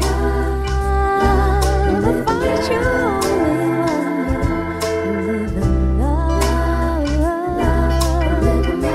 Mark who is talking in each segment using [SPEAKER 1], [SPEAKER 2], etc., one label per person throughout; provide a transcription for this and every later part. [SPEAKER 1] Love, find you only one. Live in love, live in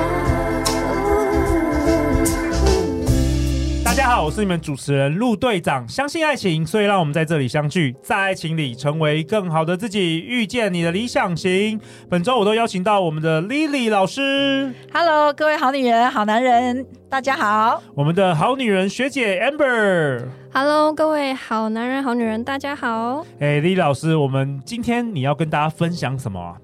[SPEAKER 1] love.
[SPEAKER 2] 大家好，我是你们主持人陆队长。相信爱情，所以让我们在这里相聚，在爱情里成为更好的自己，遇见你的理想型。本周我都邀请到我们的 Lily 老师，
[SPEAKER 3] Hello，各位好女人、好男人，大家好。
[SPEAKER 2] 我们的好女人学姐 Amber。
[SPEAKER 4] Hello，各位好男人、好女人，大家好。
[SPEAKER 2] 哎，Lily 老师，我们今天你要跟大家分享什么啊？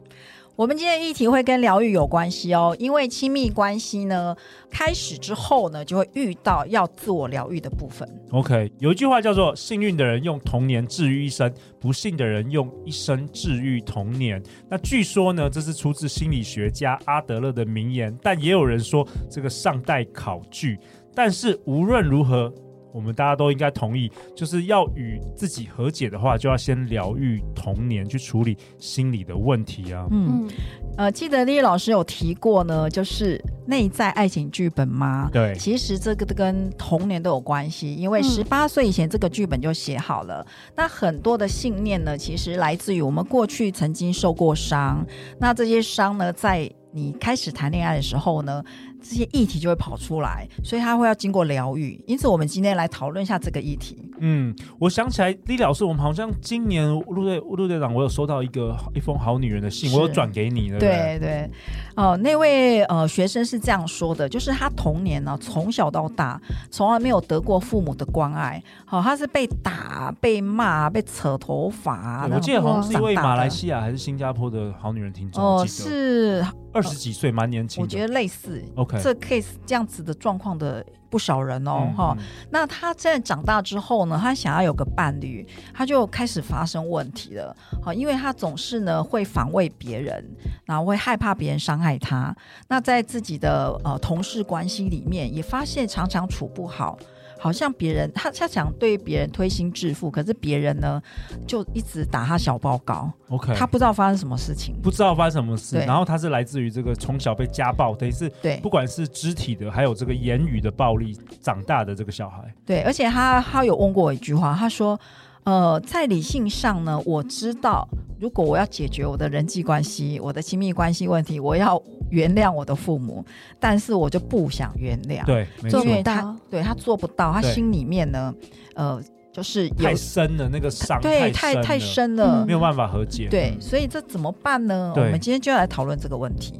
[SPEAKER 3] 我们今天的议题会跟疗愈有关系哦，因为亲密关系呢，开始之后呢，就会遇到要自我疗愈的部分。
[SPEAKER 2] OK，有一句话叫做“幸运的人用童年治愈一生，不幸的人用一生治愈童年”。那据说呢，这是出自心理学家阿德勒的名言，但也有人说这个尚待考据。但是无论如何，我们大家都应该同意，就是要与自己和解的话，就要先疗愈童年，去处理心理的问题啊。
[SPEAKER 3] 嗯，
[SPEAKER 4] 嗯，
[SPEAKER 3] 呃，记得丽丽老师有提过呢，就是内在爱情剧本吗？
[SPEAKER 2] 对
[SPEAKER 3] 其实这个跟童年都有关系，因为
[SPEAKER 4] 嗯
[SPEAKER 3] 十八岁以前这个剧本就写好了。那很多的信念呢，其实来自于我们过去曾经受过伤。那这些伤呢，在你开始谈恋爱的时候呢，这些议题就会跑出来，所以它会要经过疗愈。因此，我们今天来讨论一下这个议题。
[SPEAKER 2] 嗯，我想起来，李老师，我们好像今年陆队陆队长，我有收到一个一封好女人的信，
[SPEAKER 3] 是
[SPEAKER 2] 我有转给你，对不对？
[SPEAKER 3] 对对，哦、那位呃学生是这样说的，就是他童年呢、从小到大从来没有得过父母的关爱，好、他是被打、被骂、被扯头发。
[SPEAKER 2] 对
[SPEAKER 3] 啊那
[SPEAKER 2] 我
[SPEAKER 3] 种
[SPEAKER 2] 记得好像是一位
[SPEAKER 3] 长大
[SPEAKER 2] 马
[SPEAKER 3] 的
[SPEAKER 2] 来西亚还是新加坡的好女人听众，
[SPEAKER 3] 哦、
[SPEAKER 2] 我记得
[SPEAKER 3] 是
[SPEAKER 2] 二十几岁，蛮年轻的。
[SPEAKER 3] 我觉得类似
[SPEAKER 2] OK，
[SPEAKER 3] 这 case 这样子的状况的不少人哦
[SPEAKER 2] 嗯，
[SPEAKER 3] 哈、
[SPEAKER 2] 嗯
[SPEAKER 3] 那他现在长大之后呢，他想要有个伴侣，他就开始发生问题了。好，因为他总是呢会防卫别人，然后会害怕别人伤害他。那在自己的呃同事关系里面，也发现常常处不好。好像别人他他想对别人推心置腹，可是别人呢就一直打他小报告，
[SPEAKER 2] OK，
[SPEAKER 3] 他不知道发生什么事情。
[SPEAKER 2] 不知道发生什么事，
[SPEAKER 3] 对
[SPEAKER 2] 然后他是来自于这个从小被家暴，等于是
[SPEAKER 3] 对
[SPEAKER 2] 不管是肢体的，还有这个言语的暴力长大的这个小孩。
[SPEAKER 3] 对，而且他他有问过我一句话，他说，呃，在理性上呢，我知道如果我要解决我的人际关系、我的亲密关系问题，我要原谅我的父母，但是我就不想原谅，，
[SPEAKER 2] 对，没错
[SPEAKER 3] 因，为
[SPEAKER 4] 做不
[SPEAKER 3] 他
[SPEAKER 4] 到
[SPEAKER 3] 对他做不到，他
[SPEAKER 2] 对
[SPEAKER 3] 心里面呢，呃，就是有
[SPEAKER 2] 太深了，那个伤
[SPEAKER 3] 对
[SPEAKER 2] 太
[SPEAKER 3] 太太
[SPEAKER 2] 了，
[SPEAKER 3] 深了，
[SPEAKER 4] 嗯
[SPEAKER 2] 没有办法和解。
[SPEAKER 3] 对，所以这怎么办呢？我
[SPEAKER 2] 对
[SPEAKER 3] 们今天就要来讨论这个问题。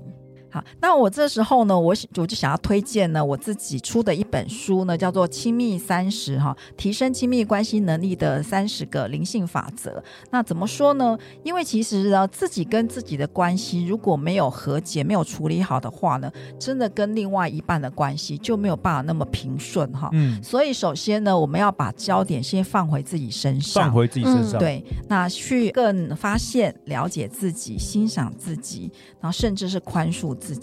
[SPEAKER 3] 好，那我这时候呢，我想我就想要推荐呢我自己出的一本书呢，叫做《亲密三十》哈，提升亲密关系能力的三十个灵性法则。那怎么说呢？因为其实呢，自己跟自己的关系如果没有和解、没有处理好的话呢，真的跟另外一半的关系就没有办法那么平顺哈。
[SPEAKER 2] 嗯，
[SPEAKER 3] 所以首先呢，我们要把焦点先放回自己身上，
[SPEAKER 2] 放回自己身上。
[SPEAKER 4] 嗯
[SPEAKER 3] 对，那去更发现、了解自己、欣赏自己，然后甚至是宽恕自己。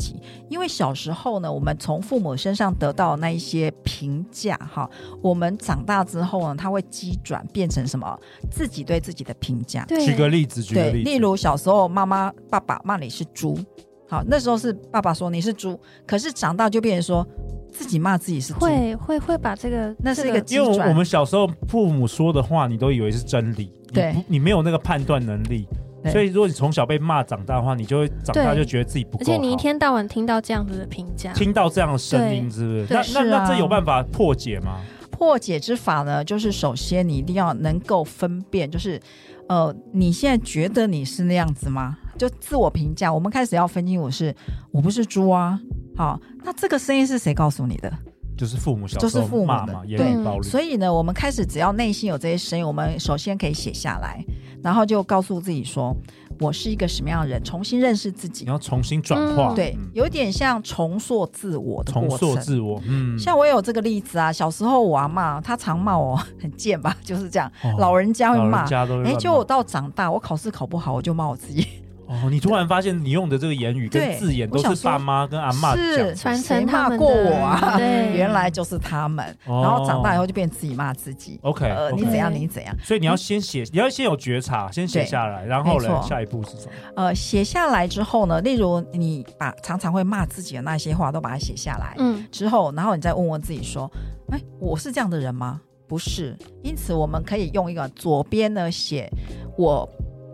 [SPEAKER 3] 因为小时候呢，我们从父母身上得到那一些评价，哈，我们长大之后呢，它会积转变成什么？自己对自己的评价。
[SPEAKER 4] 对，
[SPEAKER 2] 举个例子，举个
[SPEAKER 3] 对，
[SPEAKER 2] 例子，
[SPEAKER 3] 例如小时候妈妈、爸爸骂你是猪，好，那时候是爸爸说你是猪，可是长大就变成说自己骂自己是猪。
[SPEAKER 4] 会会会把这个，
[SPEAKER 3] 那是
[SPEAKER 4] 这
[SPEAKER 3] 一
[SPEAKER 2] 因
[SPEAKER 3] 个
[SPEAKER 2] 为
[SPEAKER 3] 机转
[SPEAKER 2] 我们小时候父母说的话，你都以为是真理，你
[SPEAKER 3] 对
[SPEAKER 2] 不你没有那个判断能力，
[SPEAKER 3] 对
[SPEAKER 2] 所以如果你从小被骂长大的话，你就会长大
[SPEAKER 4] 对
[SPEAKER 2] 就觉得自己不
[SPEAKER 4] 而
[SPEAKER 2] 够
[SPEAKER 4] 且
[SPEAKER 2] 好。
[SPEAKER 4] 你一天到晚听到这样子的评价，
[SPEAKER 2] 听到这样的声音，
[SPEAKER 4] 对
[SPEAKER 2] 是不是？
[SPEAKER 3] 对
[SPEAKER 2] 那那
[SPEAKER 3] 是啊
[SPEAKER 2] 那这有办法破解吗？
[SPEAKER 3] 破解之法呢，就是首先你一定要能够分辨，就是呃，你现在觉得你是那样子吗？就自我评价，我们开始要分清我是我不是猪啊。好，那这个声音是谁告诉你的？
[SPEAKER 2] 就是父母小时
[SPEAKER 3] 就是父
[SPEAKER 2] 候
[SPEAKER 3] 母
[SPEAKER 2] 骂
[SPEAKER 3] 的
[SPEAKER 2] 嘛，
[SPEAKER 3] 对
[SPEAKER 2] 言语暴力。
[SPEAKER 3] 所以呢，我们开始只要内心有这些声音，我们首先可以写下来，然后就告诉自己说，我是一个什么样的人，重新认识自己
[SPEAKER 2] 你。要重新转
[SPEAKER 4] 嗯
[SPEAKER 2] 化，
[SPEAKER 3] 对
[SPEAKER 2] 嗯，
[SPEAKER 3] 有点像重塑自我的
[SPEAKER 2] 重
[SPEAKER 3] 过
[SPEAKER 2] 塑
[SPEAKER 3] 程。
[SPEAKER 2] 自我。嗯，
[SPEAKER 3] 像我也有这个例子啊，小时候我阿妈她常骂我 很贱吧，就是这样，
[SPEAKER 2] 哦
[SPEAKER 3] 老人家会
[SPEAKER 2] 老
[SPEAKER 3] 骂
[SPEAKER 2] 人。家都会
[SPEAKER 3] 哎、
[SPEAKER 2] 乱
[SPEAKER 3] 就我
[SPEAKER 2] 骂
[SPEAKER 3] 到长大，我考试考不好，我就骂我自己。
[SPEAKER 2] 哦，你突然发现你用的这个言语跟
[SPEAKER 3] 对
[SPEAKER 2] 字眼
[SPEAKER 3] 我
[SPEAKER 2] 都
[SPEAKER 3] 想
[SPEAKER 2] 是
[SPEAKER 3] 说
[SPEAKER 2] 爸妈跟阿妈讲
[SPEAKER 3] 是
[SPEAKER 2] 的，
[SPEAKER 4] 传
[SPEAKER 3] 谁
[SPEAKER 4] 承他
[SPEAKER 3] 骂
[SPEAKER 4] 们
[SPEAKER 3] 过
[SPEAKER 4] 的
[SPEAKER 3] 我 啊？
[SPEAKER 4] 对，
[SPEAKER 3] 原来就是他们，
[SPEAKER 2] 哦
[SPEAKER 3] 然后长大以后就变自己骂自己。
[SPEAKER 2] OK，
[SPEAKER 3] 呃，你
[SPEAKER 2] OK
[SPEAKER 3] 怎样？你怎样？
[SPEAKER 2] 所以你要先写，你要先有觉察，先写
[SPEAKER 3] 对
[SPEAKER 2] 下来，然后
[SPEAKER 3] 没
[SPEAKER 2] 呢，
[SPEAKER 3] 错
[SPEAKER 2] 下一步是什么？
[SPEAKER 3] 呃，写下来之后呢，例如你把常常会骂自己的那些话都把它写下来，
[SPEAKER 4] 嗯，
[SPEAKER 3] 之后，然后你再问问自己说：“哎，我是这样的人吗？不是。”因此，我们可以用一个左边呢写我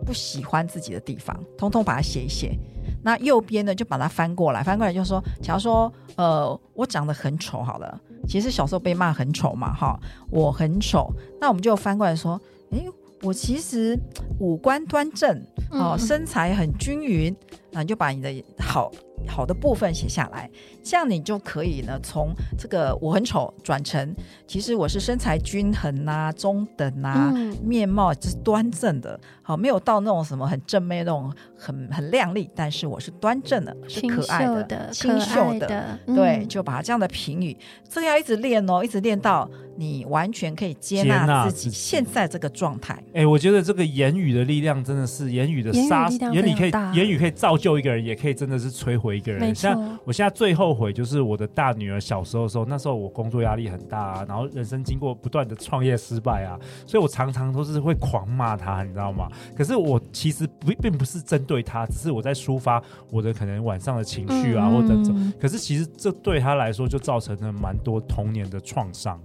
[SPEAKER 3] 不喜欢自己的地方，通通把它写一写。那右边呢就把它翻过来，翻过来就说：假如说，呃，我长得很丑，好了，其实小时候被骂很丑嘛，哈，我很丑。那我们就翻过来说：诶，我其实五官端正，哦，
[SPEAKER 4] 嗯
[SPEAKER 3] 身材很均匀，那你就把你的好好的部分写下来，这样你就可以呢，从这个我很丑转成，其实我是身材均衡啊、中等啊，
[SPEAKER 4] 嗯
[SPEAKER 3] 面貌就是端正的，好、没有到那种什么很正妹那种很很靓丽，但是我是端正的，是
[SPEAKER 4] 清
[SPEAKER 3] 可爱
[SPEAKER 4] 秀
[SPEAKER 3] 的、
[SPEAKER 4] 可
[SPEAKER 3] 清秀
[SPEAKER 4] 爱
[SPEAKER 3] 的。
[SPEAKER 4] 的，
[SPEAKER 3] 对，
[SPEAKER 4] 嗯
[SPEAKER 3] 就把它这样的评语，这个要一直练哦，一直练到你完全可以接
[SPEAKER 2] 接纳
[SPEAKER 3] 纳
[SPEAKER 2] 自
[SPEAKER 3] 自己
[SPEAKER 2] 己
[SPEAKER 3] 现在这个状态。
[SPEAKER 2] 哎、我觉得这个言语的力量真的是言语的
[SPEAKER 4] 言语
[SPEAKER 2] 杀，
[SPEAKER 4] 力量
[SPEAKER 2] 言语
[SPEAKER 4] 非常
[SPEAKER 2] 可以
[SPEAKER 4] 大
[SPEAKER 2] 言语可以造就一个人，也可以真的是摧毁一个
[SPEAKER 4] 没
[SPEAKER 2] 人。
[SPEAKER 4] 错
[SPEAKER 2] 像，我现在最后悔就是我的大女儿小时候的时候，那时候我工作压力很大、啊，然后人生经过不断的创业失败啊，所以我常常都是会狂骂她，你知道吗？可是我其实不并不是针对她，只是我在抒发我的可能晚上的情绪啊，
[SPEAKER 4] 嗯
[SPEAKER 2] 或者怎。
[SPEAKER 4] 嗯
[SPEAKER 2] 可是其实这对她来说就造成了蛮多童年的创伤。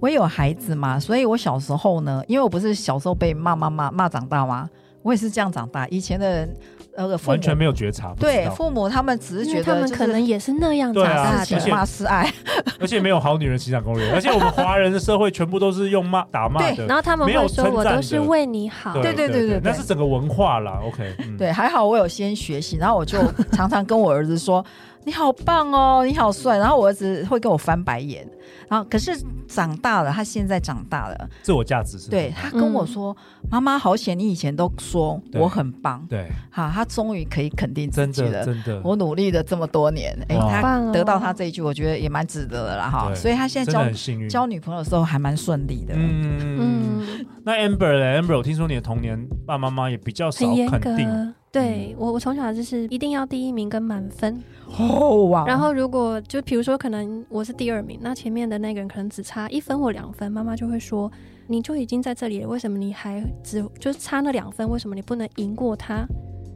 [SPEAKER 3] 我有孩子嘛，所以我小时候呢，因为我不是小时候被骂骂骂骂长大吗？我也是这样长大。以前的人，呃，父母
[SPEAKER 2] 完全没有觉察，不知
[SPEAKER 3] 对
[SPEAKER 2] 道
[SPEAKER 3] 父母，他们只是
[SPEAKER 4] 因
[SPEAKER 3] 觉
[SPEAKER 4] 为他
[SPEAKER 3] 得
[SPEAKER 4] 们
[SPEAKER 3] 就
[SPEAKER 4] 可
[SPEAKER 3] 是
[SPEAKER 4] 能也是那样
[SPEAKER 2] 对
[SPEAKER 4] 长
[SPEAKER 2] 啊
[SPEAKER 4] 大
[SPEAKER 3] 大
[SPEAKER 2] 而且
[SPEAKER 3] 的
[SPEAKER 4] 的，
[SPEAKER 3] 骂是爱，
[SPEAKER 2] 而且没有好女人情场攻略，而且我们华人的社会全部都是用骂打骂的
[SPEAKER 4] 然，后他们
[SPEAKER 2] 呃没有
[SPEAKER 4] 会说
[SPEAKER 2] 称
[SPEAKER 4] 我
[SPEAKER 2] 赞
[SPEAKER 4] 都
[SPEAKER 2] 的
[SPEAKER 4] 是为你好，
[SPEAKER 3] 对对对对
[SPEAKER 2] 那是整个文化啦。OK，嗯，
[SPEAKER 3] 对，还好我有先学习，然后我就常常跟我儿子说：“ 你好棒哦，你好帅。”然后我儿子会跟我翻白眼。然后可是长大了，他现在长大了，
[SPEAKER 2] 自我价值是
[SPEAKER 3] 对他跟我
[SPEAKER 4] 嗯
[SPEAKER 3] 说：“妈妈，好险，你以前都说
[SPEAKER 2] 对
[SPEAKER 3] 我很棒。
[SPEAKER 2] 对，”
[SPEAKER 3] 哈，他终于可以肯定自
[SPEAKER 2] 真
[SPEAKER 3] 己
[SPEAKER 2] 的
[SPEAKER 3] 了。
[SPEAKER 2] 真的，
[SPEAKER 3] 我努力了这么多年，哎、
[SPEAKER 4] 棒
[SPEAKER 2] 哇
[SPEAKER 3] 他
[SPEAKER 4] 哦
[SPEAKER 3] 得到他这一句，我觉得也蛮值得的啦哈。
[SPEAKER 2] 对
[SPEAKER 3] 所以他现
[SPEAKER 2] 真
[SPEAKER 3] 在
[SPEAKER 2] 的很
[SPEAKER 3] 交
[SPEAKER 2] 幸运。
[SPEAKER 3] 交女朋友的时候还蛮顺利的。
[SPEAKER 2] 嗯，
[SPEAKER 4] 嗯，
[SPEAKER 2] 那 Amber 呢？Amber，我听说你的童年爸妈妈也比较少
[SPEAKER 4] 很严
[SPEAKER 2] 肯
[SPEAKER 4] 格
[SPEAKER 2] 定，。嗯
[SPEAKER 4] 对我，我从小就是一定要第一名跟满分，
[SPEAKER 3] 哦哇
[SPEAKER 4] 然后如果就比如说，可能我是第二名，那前面的那个人可能只差一分或两分，妈妈就会说，你就已经在这里了，为什么你还只就差那两分？为什么你不能赢过他？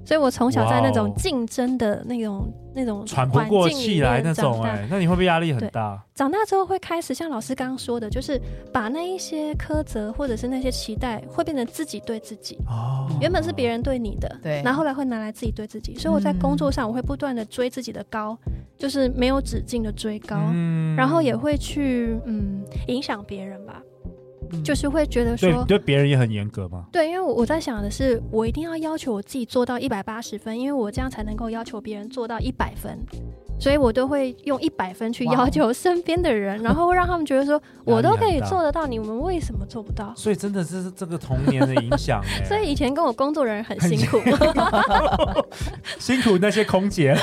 [SPEAKER 4] 所以我从小在那
[SPEAKER 2] 哇
[SPEAKER 4] 种
[SPEAKER 2] 哦
[SPEAKER 4] 竞争的那种那种
[SPEAKER 2] 喘不过气来那种，
[SPEAKER 4] 哎、
[SPEAKER 2] 哎，那你会不会压力很
[SPEAKER 4] 对
[SPEAKER 2] 大？
[SPEAKER 4] 长大之后会开始像老师刚刚说的，就是把那一些苛责或者是那些期待，会变成自己对自己。
[SPEAKER 2] 哦，
[SPEAKER 4] 原本是别人对你的，
[SPEAKER 3] 对
[SPEAKER 4] 然后后来会拿来自己对自己，所以我在工作上我会不断的追自己的高，就是没有止境的追高，
[SPEAKER 2] 嗯
[SPEAKER 4] 然后也会去嗯影响别人吧，
[SPEAKER 3] 嗯
[SPEAKER 4] 就是会觉得
[SPEAKER 2] 对
[SPEAKER 4] 说。
[SPEAKER 2] 对别人也很严格嘛。
[SPEAKER 4] 对，因为我我在想的是，我一定要要求我自己做到一百八十分，因为我这样才能够要求别人做到一百分，所以我都会用一百分去
[SPEAKER 3] 哇哦
[SPEAKER 4] 要求身边的人，然后让他们觉得说，我都可
[SPEAKER 2] 压力
[SPEAKER 4] 以
[SPEAKER 2] 很大
[SPEAKER 4] 做得到，你们为什么做不到？
[SPEAKER 2] 所以真的这是这个童年的影响，哎
[SPEAKER 4] 所以以前跟我工作的人很辛苦，
[SPEAKER 2] 辛苦那些空姐。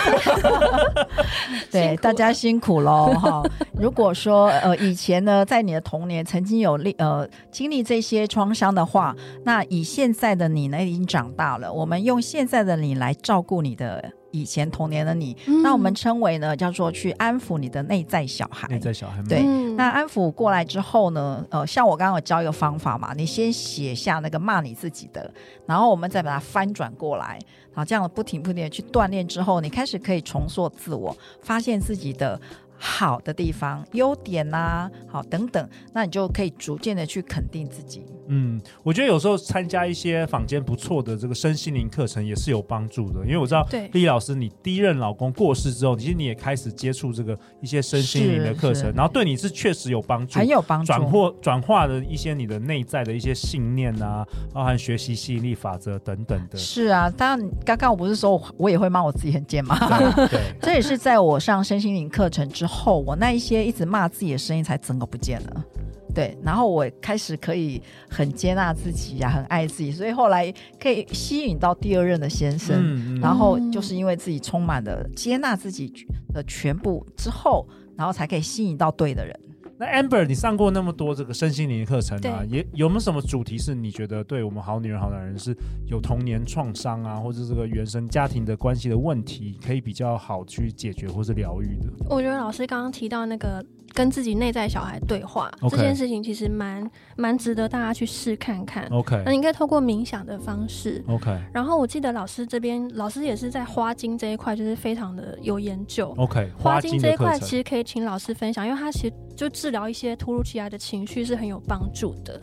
[SPEAKER 3] 对
[SPEAKER 4] 辛苦
[SPEAKER 3] 大
[SPEAKER 4] 了
[SPEAKER 3] 家辛苦喽哈。 如果说呃以前呢，在你的童年曾经有历呃经历这些创伤的话，那以现在的你呢，已经长大了，我们用现在的你来照顾你的以前童年的你，
[SPEAKER 4] 嗯
[SPEAKER 3] 那我们称为呢叫做去安抚你的内在小孩。
[SPEAKER 2] 内在小孩吗
[SPEAKER 3] 对
[SPEAKER 4] 嗯
[SPEAKER 3] 那安抚过来之后呢，呃，像我刚刚有教一个方法嘛，你先写下那个骂你自己的，然后我们再把它翻转过来，然后这样不停不停的去锻炼之后，你开始可以重塑自我，发现自己的。好的地方、优点呐、好等等，那你就可以逐渐的去肯定自己。
[SPEAKER 2] 嗯，我觉得有时候参加一些坊间不错的这个身心灵课程也是有帮助的，因为我知道
[SPEAKER 4] 对
[SPEAKER 2] 丽老师，你第一任老公过世之后，其实你也开始接触这个一些身心灵的课
[SPEAKER 3] 是
[SPEAKER 2] 程，
[SPEAKER 3] 是
[SPEAKER 2] 然后对你是确实有帮助
[SPEAKER 3] 很。有帮助。
[SPEAKER 2] 转化转化的一些你的内在的一些信念啊，包含学习吸引力法则等等的。
[SPEAKER 3] 是啊，当然，刚刚我不是说我我也会骂我自己很贱吗？
[SPEAKER 2] 对 对，
[SPEAKER 3] 这也是在我上身心灵课程之后，我那一些一直骂自己的声音才整个不见了。对，然后我开始可以很接纳自己呀、很爱自己，所以后来可以吸引到第二任的先生。
[SPEAKER 2] 嗯
[SPEAKER 3] 然后就是因为自己充满了接纳自己的全部之后，然后才可以吸引到对的人。
[SPEAKER 2] 那 Amber，你上过那么多这个身心灵的课程啊，
[SPEAKER 4] 对
[SPEAKER 2] 也有没有什么主题是你觉得对我们好女人、好男人是有童年创伤啊，或者这个原生家庭的关系的问题，可以比较好去解决或是疗愈的？
[SPEAKER 4] 我觉得老师刚刚提到那个跟自己内在小孩对话
[SPEAKER 2] OK
[SPEAKER 4] 这件事情，其实蛮蛮值得大家去试看看。那
[SPEAKER 2] OK
[SPEAKER 4] 你可以透过冥想的方式。
[SPEAKER 2] OK
[SPEAKER 4] 然后我记得老师这边，老师也是在花精这一块，就是非常的有研究。
[SPEAKER 2] OK，
[SPEAKER 4] 花
[SPEAKER 2] 哦精
[SPEAKER 4] 精
[SPEAKER 2] 的
[SPEAKER 4] 这一
[SPEAKER 2] 课
[SPEAKER 4] 块
[SPEAKER 2] 程
[SPEAKER 4] 其实可以请老师分享，因为它其实就治疗一些突如其来的情绪是很有帮助的。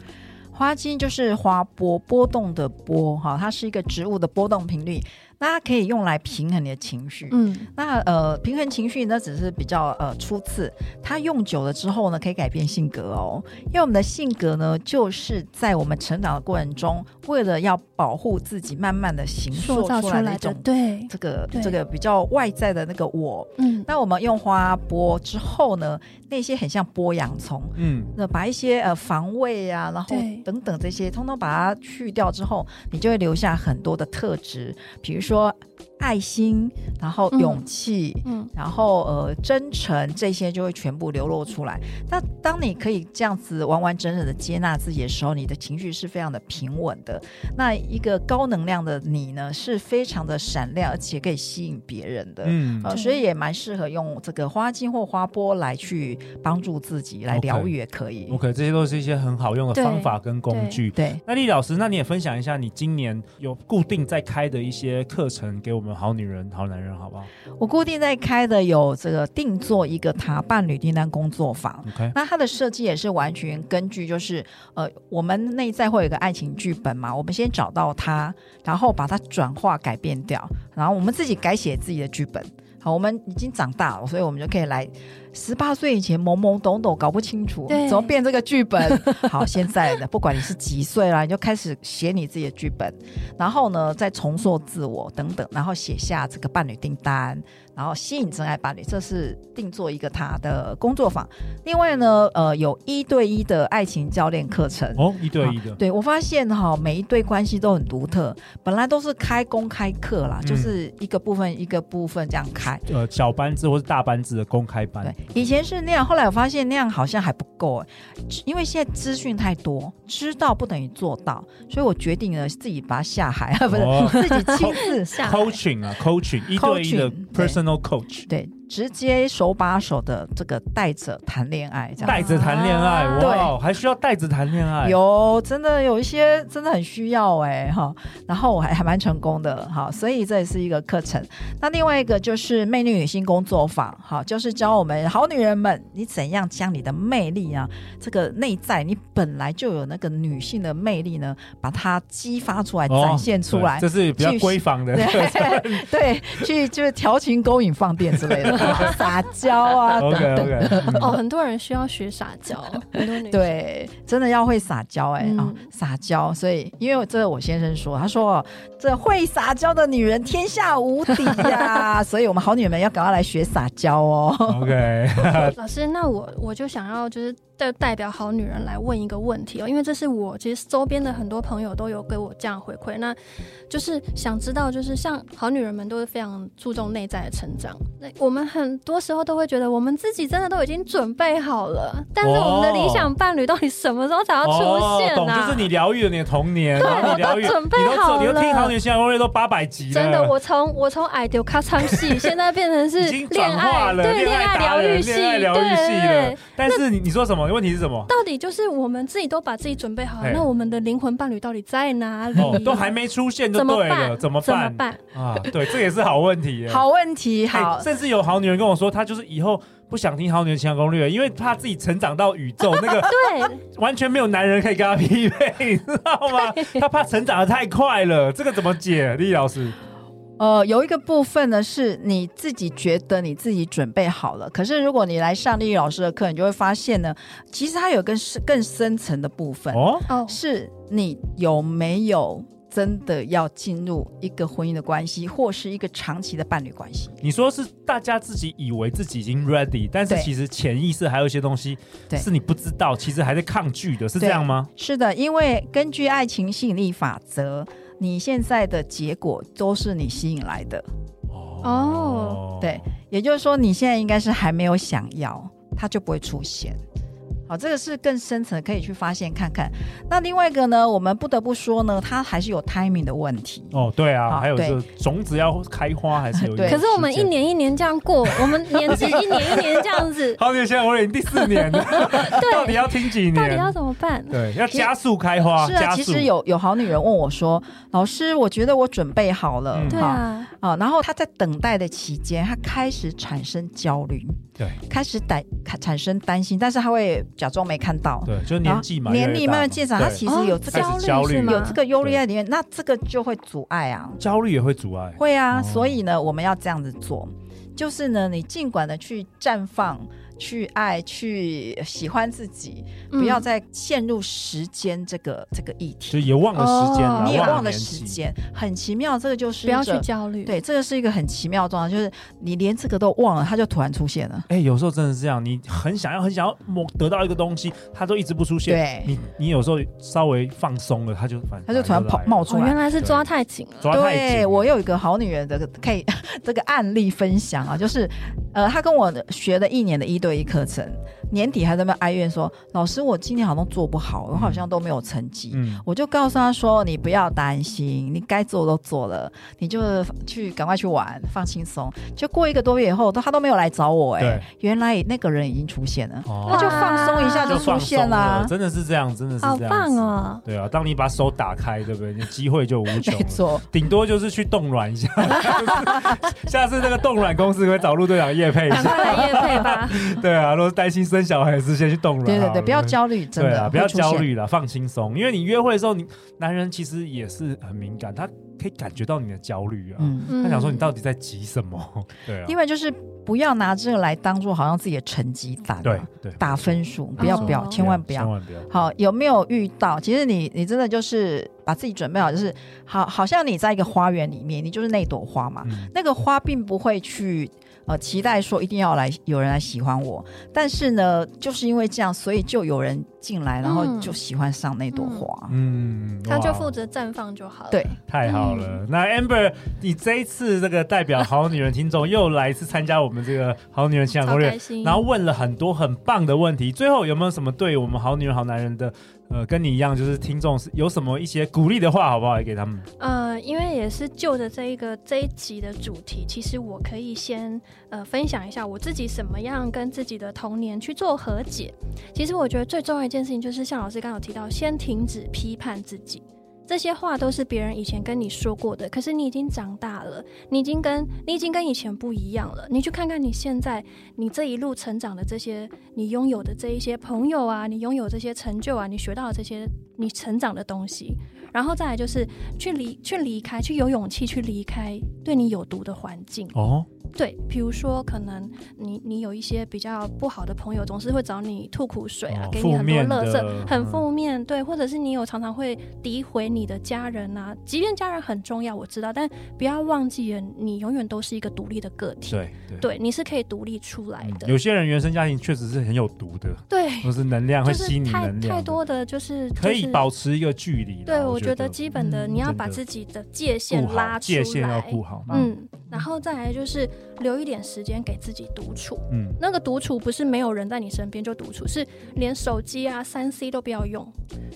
[SPEAKER 3] 花精就是花波波动的波哈，它是一个植物的波动频率，那它可以用来平衡你的情绪。
[SPEAKER 4] 嗯，
[SPEAKER 3] 那呃，平衡情绪那只是比较呃初次，它用久了之后呢，可以改变性格哦。因为我们的性格呢，就是在我们成长的过程中，为了要保护自己，慢慢的形塑
[SPEAKER 4] 塑造
[SPEAKER 3] 出
[SPEAKER 4] 出
[SPEAKER 3] 来的
[SPEAKER 4] 来
[SPEAKER 3] 一
[SPEAKER 4] 的
[SPEAKER 3] 种
[SPEAKER 4] 对，
[SPEAKER 3] 这个
[SPEAKER 4] 对
[SPEAKER 3] 这个比较外在的那个我。
[SPEAKER 4] 嗯，
[SPEAKER 3] 那我们用花剥之后呢，那些很像剥洋葱，
[SPEAKER 2] 嗯
[SPEAKER 3] 那把一些呃防卫啊，然后
[SPEAKER 4] 对
[SPEAKER 3] 等等这些，通通把它去掉之后，你就会留下很多的特质，比如说爱心，然后
[SPEAKER 4] 嗯
[SPEAKER 3] 勇气。
[SPEAKER 4] 嗯
[SPEAKER 3] 然后呃，真诚这些就会全部流露出来。那当你可以这样子完完整整的接纳自己的时候，你的情绪是非常的平稳的。那一个高能量的你呢，是非常的闪亮，而且可以吸引别人的。
[SPEAKER 2] 嗯
[SPEAKER 3] 呃，
[SPEAKER 4] 对
[SPEAKER 3] 所以也蛮适合用这个花精或花波来去帮助自己，来
[SPEAKER 2] OK
[SPEAKER 3] 疗愈也可以。
[SPEAKER 2] ，OK，这些都是一些很好用的
[SPEAKER 4] 对
[SPEAKER 2] 方法跟工具。
[SPEAKER 3] 对，
[SPEAKER 2] 那李老师，那你也分享一下你今年有固定在开的一些课程给我们好女人、好男人，好不好
[SPEAKER 3] 我固定在开的有这个定做一个塔伴侣订单工作坊。
[SPEAKER 2] ？OK，
[SPEAKER 3] 那它的设计也是完全根据，就是呃，我们内在会有一个爱情剧本嘛，我们先找到它，然后把它转化改变掉，然后我们自己改写自己的剧本。好，我们已经长大了，所以我们就可以来十八岁以前懵懵懂懂、搞不清楚
[SPEAKER 4] 对
[SPEAKER 3] 怎么变这个剧本。好，现在的不管你是几岁啦，你就开始写你自己的剧本，然后呢，再重塑自我等等，然后写下这个伴侣订单，然后吸引真爱伴侣，这是定做一个他的工作坊。另外呢，呃，有一对一的爱情教练课程。
[SPEAKER 2] 哦，一对一的，
[SPEAKER 3] 对我发现哈，每一对关系都很独特，本来都是开公开课啦，
[SPEAKER 2] 嗯
[SPEAKER 3] 就是一个部分一个部分这样开。
[SPEAKER 2] 呃，小班制或是大班制的公开班
[SPEAKER 3] 对，，以前是那样，后来我发现那样好像还不够、欸，因为现在资讯太多，知道不等于做到，所以我决定了自己把它下海，啊，不是、
[SPEAKER 2] 哦
[SPEAKER 3] 自己亲 自
[SPEAKER 4] 下
[SPEAKER 2] coaching 啊，coaching 一对一的
[SPEAKER 3] Coaching，对
[SPEAKER 2] personal coach，
[SPEAKER 3] 对，直接手把手的这个带着谈恋爱这样。
[SPEAKER 2] 带着谈恋爱，
[SPEAKER 4] 啊
[SPEAKER 2] 哇，还需要带着谈恋爱，
[SPEAKER 3] 有真的有一些真的很需要哎、哈，然后我还还蛮成功的哈，所以这也是一个课程。那另外一个就是魅力女性工作坊，哈，就是教我们好女人们，你怎样将你的魅力啊，这个内在你本来就有那个女性的魅力呢，把它激发出来，
[SPEAKER 2] 哦
[SPEAKER 3] 展现出来
[SPEAKER 2] 对。这是比较
[SPEAKER 3] 继续
[SPEAKER 2] 闺房的，
[SPEAKER 3] 对对，去就是调情、勾引、放电之类的，撒娇 啊等
[SPEAKER 2] OK
[SPEAKER 3] 等。
[SPEAKER 2] OK，
[SPEAKER 4] 哦，很多人需要学撒娇，很多女生
[SPEAKER 3] 对，真的要会撒娇哎、
[SPEAKER 4] 嗯
[SPEAKER 3] 啊、撒娇！所以因为这我先生说，他说这会撒娇的女人天下无敌呀、所以我们好女人们要赶快来学撒娇 哦。
[SPEAKER 2] OK，
[SPEAKER 4] 老师，那我我就想要就是代代表好女人来问一个问题哦，因为这是我其实周边的很多朋友都有给我这样回馈，那就是想知道，就是像好女人们都是非常注重内在的成长，那我们很多时候都会觉得我们自己真的都已经准备好了，但是我们的理想伴侣到底什么时候才要出现
[SPEAKER 2] 哦懂，
[SPEAKER 4] 啊？
[SPEAKER 2] 就是你疗愈了你的童年，
[SPEAKER 4] 对
[SPEAKER 2] 然后你疗愈，
[SPEAKER 4] 我都准备
[SPEAKER 2] 你都
[SPEAKER 4] 好
[SPEAKER 2] 做你都听
[SPEAKER 4] 了
[SPEAKER 2] 好女性攻略都八百集了，
[SPEAKER 4] 真的，我从我从矮丢咔嚓 系，现在变成
[SPEAKER 2] 已
[SPEAKER 4] 是
[SPEAKER 2] 经
[SPEAKER 4] 恋
[SPEAKER 2] 转化
[SPEAKER 4] 爱
[SPEAKER 2] 了
[SPEAKER 4] 对
[SPEAKER 2] 恋爱
[SPEAKER 4] 爱
[SPEAKER 2] 达
[SPEAKER 4] 疗
[SPEAKER 2] 人
[SPEAKER 4] 愈系，
[SPEAKER 2] 恋爱疗愈系
[SPEAKER 4] 对对
[SPEAKER 2] 了。但是你你说什么？问题是什 么？
[SPEAKER 4] 到底就是我们自己都把自己准备好
[SPEAKER 2] 嘿
[SPEAKER 4] 了，那我们的灵魂伴侣到底在哪里？
[SPEAKER 2] 哦，都还没出现就
[SPEAKER 4] 怎么
[SPEAKER 2] 对了，
[SPEAKER 4] 办？
[SPEAKER 2] 怎么
[SPEAKER 4] 怎么
[SPEAKER 2] 办？
[SPEAKER 4] 办？
[SPEAKER 2] 啊，对，这也是好问题耶。
[SPEAKER 3] 好问题，
[SPEAKER 2] 哎
[SPEAKER 3] 好。
[SPEAKER 2] 甚至有好女人跟我说，她就是以后不想听《好女人情感攻略》，因为怕自己成长到宇宙那个
[SPEAKER 4] 对，
[SPEAKER 2] 完全没有男人可以跟她匹配，你知道 吗？她怕成长的太快了，这个怎么解？李老师，
[SPEAKER 3] 呃，有一个部分呢是你自己觉得你自己准备好了，可是如果你来上丽丽老师的课，你就会发现呢，其实它有更深更深层的部分，
[SPEAKER 2] 哦，
[SPEAKER 4] 哦，
[SPEAKER 3] 是你有没有真的要进入一个婚姻的关系，或是一个长期的伴侣关系。
[SPEAKER 2] 你说是大家自己以为自己已经 ready，但是
[SPEAKER 3] 对
[SPEAKER 2] 其实潜意识还有一些东西
[SPEAKER 3] 对
[SPEAKER 2] 是你不知道，其实还在抗拒的，是这样吗？
[SPEAKER 3] 是的，因为根据爱情吸引力法则，你现在的结果都是你吸引来的。
[SPEAKER 4] 哦
[SPEAKER 2] 哦
[SPEAKER 3] 对也就是说，你现在应该是还没有想要，它就不会出现。好，这个是更深层可以去发现看看。那另外一个呢，我们不得不说呢，它还是有 timing 的问题。
[SPEAKER 2] 哦，对啊，
[SPEAKER 3] 好
[SPEAKER 2] 还有
[SPEAKER 3] 对
[SPEAKER 2] 这种子要开花还是有一
[SPEAKER 3] 对
[SPEAKER 2] 点
[SPEAKER 4] 可是我们
[SPEAKER 2] 时
[SPEAKER 4] 一
[SPEAKER 2] 间。，
[SPEAKER 4] 年一年这样过，我们年纪一年一年这样子
[SPEAKER 2] 好，你现在我已经第四年了，到底
[SPEAKER 4] 对，
[SPEAKER 2] 要听几年？
[SPEAKER 4] 到底要怎么办？
[SPEAKER 2] 对，要加速开花，
[SPEAKER 3] 是
[SPEAKER 2] 哦加
[SPEAKER 3] 啊，
[SPEAKER 2] 速
[SPEAKER 3] 其实有有好女人问我说：“老师，我觉得我准备好了。
[SPEAKER 2] 嗯
[SPEAKER 4] 对
[SPEAKER 3] 好
[SPEAKER 4] 啊，
[SPEAKER 3] 啊，然后他在等待的期间，他开始产生焦虑，
[SPEAKER 2] 对，
[SPEAKER 3] 开始担产生担心，但是他会假装没看到。
[SPEAKER 2] 对，就是
[SPEAKER 3] 然
[SPEAKER 2] 年
[SPEAKER 3] 后
[SPEAKER 2] 纪嘛，
[SPEAKER 3] 啊年龄慢慢
[SPEAKER 2] 渐
[SPEAKER 3] 渐长，他其实有
[SPEAKER 4] 哦
[SPEAKER 3] 这
[SPEAKER 2] 开
[SPEAKER 3] 个、
[SPEAKER 2] 始焦虑
[SPEAKER 4] 是吗
[SPEAKER 2] 了
[SPEAKER 3] 有这个忧虑在里面，那这个就会阻碍啊，
[SPEAKER 2] 焦虑也会阻碍。
[SPEAKER 3] 会啊。
[SPEAKER 2] 哦
[SPEAKER 3] 所以呢，我们要这样子做，就是呢，你尽管的去绽放。去爱，去喜欢自己，不要
[SPEAKER 4] 嗯
[SPEAKER 3] 再陷入时间这个、这个议题
[SPEAKER 2] 就。也啊忘了时间了，
[SPEAKER 4] 哦
[SPEAKER 3] 你也忘了
[SPEAKER 2] 年
[SPEAKER 3] 时
[SPEAKER 2] 纪，
[SPEAKER 3] 间，很奇妙。这个就是
[SPEAKER 4] 不要
[SPEAKER 3] 一
[SPEAKER 4] 去
[SPEAKER 3] 个
[SPEAKER 4] 焦虑。哦
[SPEAKER 3] 对，这个是一个很奇妙的状态，就是你连这个都忘了，它就突然出现了。
[SPEAKER 2] 哎、有时候真的是这样，你很想要、很想要某得到一个东西，它都一直不出现。
[SPEAKER 3] 对
[SPEAKER 2] 你你有时候稍微放松了，它就反
[SPEAKER 3] 它就突然跑冒出
[SPEAKER 4] 哦，原
[SPEAKER 3] 来。
[SPEAKER 4] 来是抓太紧了。
[SPEAKER 2] 抓太紧
[SPEAKER 3] 对
[SPEAKER 2] 了。
[SPEAKER 3] 我有一个好女人的可以 这个案例分享啊，就是呃，她跟我学了一年的一对一课程，年底还在那边哀怨说：“老师，我今年好像做不好，我好像都没有成绩。
[SPEAKER 2] 嗯，
[SPEAKER 3] 我就告诉她说：“你不要担心，你该做都做了，你就去赶快去玩，放轻松。”就过一个多月以后，都她都没有来找我、
[SPEAKER 2] 对
[SPEAKER 3] 哎，原来那个人已经出现了。
[SPEAKER 2] 哦
[SPEAKER 3] 他就放松一下
[SPEAKER 4] 哇
[SPEAKER 3] 就出现
[SPEAKER 2] 就放松
[SPEAKER 3] 啦
[SPEAKER 2] 了，真的是这样，真的是这样
[SPEAKER 4] 好
[SPEAKER 2] 子
[SPEAKER 4] 棒！ 哦！
[SPEAKER 2] 对啊，当你把手打开，对不对？你机会就无穷
[SPEAKER 3] 没
[SPEAKER 2] 了。
[SPEAKER 3] 错，
[SPEAKER 2] 顶多就是去冻卵一下， 就是下次那个冻卵公司可以找陆队长叶配一
[SPEAKER 4] 赶
[SPEAKER 2] 下。
[SPEAKER 4] 快来夜配吧，
[SPEAKER 2] 对啊，如果是担心生小孩，还是先去冻卵好
[SPEAKER 3] 对
[SPEAKER 2] 了。
[SPEAKER 3] 对对，不要焦虑，真
[SPEAKER 2] 对
[SPEAKER 3] 的、
[SPEAKER 2] 啊，不要
[SPEAKER 3] 会出现
[SPEAKER 2] 焦。虑了，放轻松。因为你约会的时候，你男人其实也是很敏感，他可以感觉到你的焦虑啊。
[SPEAKER 3] 嗯，
[SPEAKER 4] 嗯
[SPEAKER 2] 他想说你到底在急什么？对啊，
[SPEAKER 3] 另外就是不要拿这个来当做好像自己的成绩单、啊，
[SPEAKER 2] 对，对，
[SPEAKER 3] 打分数，不要不要，
[SPEAKER 4] 哦
[SPEAKER 3] 千万不
[SPEAKER 2] 千
[SPEAKER 3] 要。
[SPEAKER 2] 万不要。
[SPEAKER 3] 好，有没有遇到？其实你你真的就是把自己准备好，就是好，好像你在一个花园里面，你就是那朵花嘛。
[SPEAKER 2] 嗯，
[SPEAKER 3] 那个花并不会去呃期待说一定要来有人来喜欢我，但是呢，就是因为这样，所以就有人进来，然后
[SPEAKER 4] 嗯
[SPEAKER 3] 就喜欢上那朵花。啊
[SPEAKER 2] 嗯，
[SPEAKER 4] 他就
[SPEAKER 2] 哇
[SPEAKER 4] 负责嗯绽放就好了。
[SPEAKER 3] 对，
[SPEAKER 2] 太好了。那 Amber，你这一次这个代表好女人听众又来一次参加我们这个好女人情感
[SPEAKER 4] 超
[SPEAKER 2] 攻
[SPEAKER 4] 开
[SPEAKER 2] 略，
[SPEAKER 4] 心。
[SPEAKER 2] 然后问了很多很棒的问题。最后有没有什么对我们好女人好男人的呃，跟你一样就是听众是有什么一些鼓励的话，好不好？也给他们。
[SPEAKER 4] 呃，因为也是就着这一个这一集的主题，其实我可以先呃分享一下我自己怎么样跟自己的童年去做和解。其实我觉得最重要一件事情就是，像老师刚刚有提到，先停止批判自己。这些话都是别人以前跟你说过的，可是你已经长大了，你已经跟你已经跟以前不一样了。你去看看你现在，你这一路成长的这些，你拥有的这一些朋友啊，你拥有这些成就啊，你学到的这些你成长的东西，然后再来就是去离去离开，去有勇气去离开对你有毒的环境。
[SPEAKER 2] 哦，
[SPEAKER 4] 对，比如说可能你你有一些比较不好的朋友，总是会找你吐苦水啊，
[SPEAKER 2] 哦
[SPEAKER 4] 给你很多垃
[SPEAKER 2] 负面的
[SPEAKER 4] 圾，很
[SPEAKER 2] 嗯
[SPEAKER 4] 负面。对，或者是你有常常会诋毁你的家人啊，即便家人很重要，我知道，但不要忘记了，你永远都是一个独立的个体。
[SPEAKER 2] 对对。
[SPEAKER 4] 对，你是可以独立出来
[SPEAKER 2] 嗯
[SPEAKER 4] 的。
[SPEAKER 2] 有些人原生家庭确实是很有毒的，
[SPEAKER 4] 对，
[SPEAKER 2] 都是能量
[SPEAKER 4] 就
[SPEAKER 2] 会吸
[SPEAKER 4] 是
[SPEAKER 2] 你
[SPEAKER 4] 太
[SPEAKER 2] 能量的，
[SPEAKER 4] 太多的就是
[SPEAKER 2] 可以
[SPEAKER 4] 就是
[SPEAKER 2] 保持一个距离啦。
[SPEAKER 4] 对，我
[SPEAKER 2] 我
[SPEAKER 4] 觉得
[SPEAKER 2] 顾
[SPEAKER 4] 基本的
[SPEAKER 3] 嗯
[SPEAKER 4] 你要
[SPEAKER 2] 真
[SPEAKER 4] 把
[SPEAKER 2] 的
[SPEAKER 4] 自己的界限
[SPEAKER 2] 好
[SPEAKER 4] 拉出
[SPEAKER 2] 界
[SPEAKER 4] 来，
[SPEAKER 2] 限要顾好。
[SPEAKER 4] 嗯，然后再来就是留一点时间给自己独处。
[SPEAKER 2] 嗯，
[SPEAKER 4] 那个独处不是没有人在你身边就独处，是连手机啊、三 C 都不要用，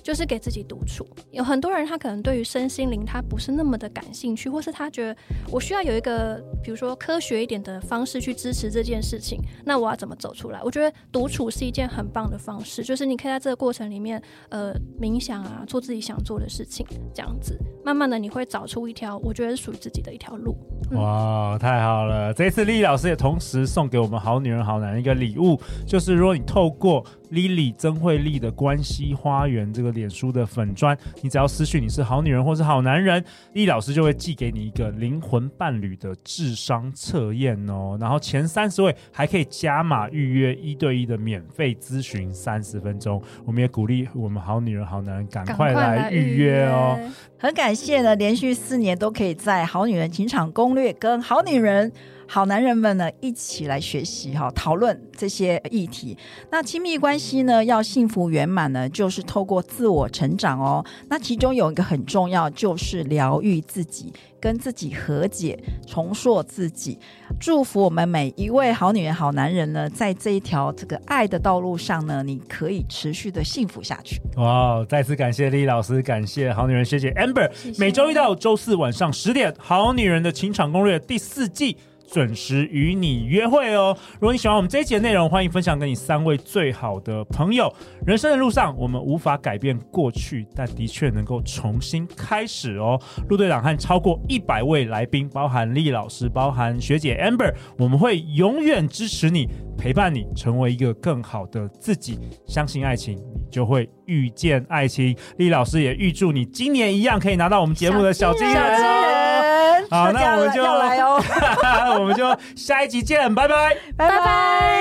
[SPEAKER 4] 就是给自己独处。有很多人他可能对于身心灵他不是那么的感兴趣，或是他觉得我需要有一个比如说科学一点的方式去支持这件事情，那我要怎么走出来？我觉得独处是一件很棒的方式，就是你可以在这个过程里面，呃，冥想啊，做自己想做的事情，这样子，慢慢的你会找出一条我觉得是属于自己的一条路。嗯
[SPEAKER 2] 哇，太好了！这一次丽丽老师也同时送给我们好女人好男人一个礼物，就是如果你透过 Lily 曾慧丽的关系花园这个脸书的粉砖，你只要私讯你是好女人或是好男人，丽老师就会寄给你一个灵魂伴侣的智商测验哦。然后前三十位还可以加码预约一对一的免费咨询三十分钟。我们也鼓励我们好女人好男人赶快来预约哦。。
[SPEAKER 3] 很感谢呢，连续四年都可以在《好女人情场攻略》跟《好女人好男人们呢一起来学习哈，讨论这些议题。那亲密关系呢，要幸福圆满呢，就是透过自我成长哦。那其中有一个很重要，就是疗愈自己，跟自己和解，重塑自己。祝福我们每一位好女人、好男人呢，在这一条这个爱的道路上呢，你可以持续的幸福下去。
[SPEAKER 2] 哇！再次感谢丽老师，感谢好女人学姐 Amber。
[SPEAKER 4] 谢谢
[SPEAKER 2] 每周一到周四晚上十点，《好女人的情场攻略》第四季。准时与你约会哦！如果你喜欢我们这一集的内容，欢迎分享给你三位最好的朋友。人生的路上，我们无法改变过去，但的确能够重新开始哦。陆队长和超过一百位来宾，包含厉老师，包含学姐 Amber，我们会永远支持你，陪伴你，成为一个更好的自己。相信爱情，你就会遇见爱情。厉老师也预祝你今年一样可以拿到我们节目的小金人哦。
[SPEAKER 3] 人
[SPEAKER 2] 好
[SPEAKER 3] 大 家
[SPEAKER 2] 那我们就
[SPEAKER 3] 要来哦，
[SPEAKER 2] 我们就下一集见，拜拜。
[SPEAKER 3] 拜拜。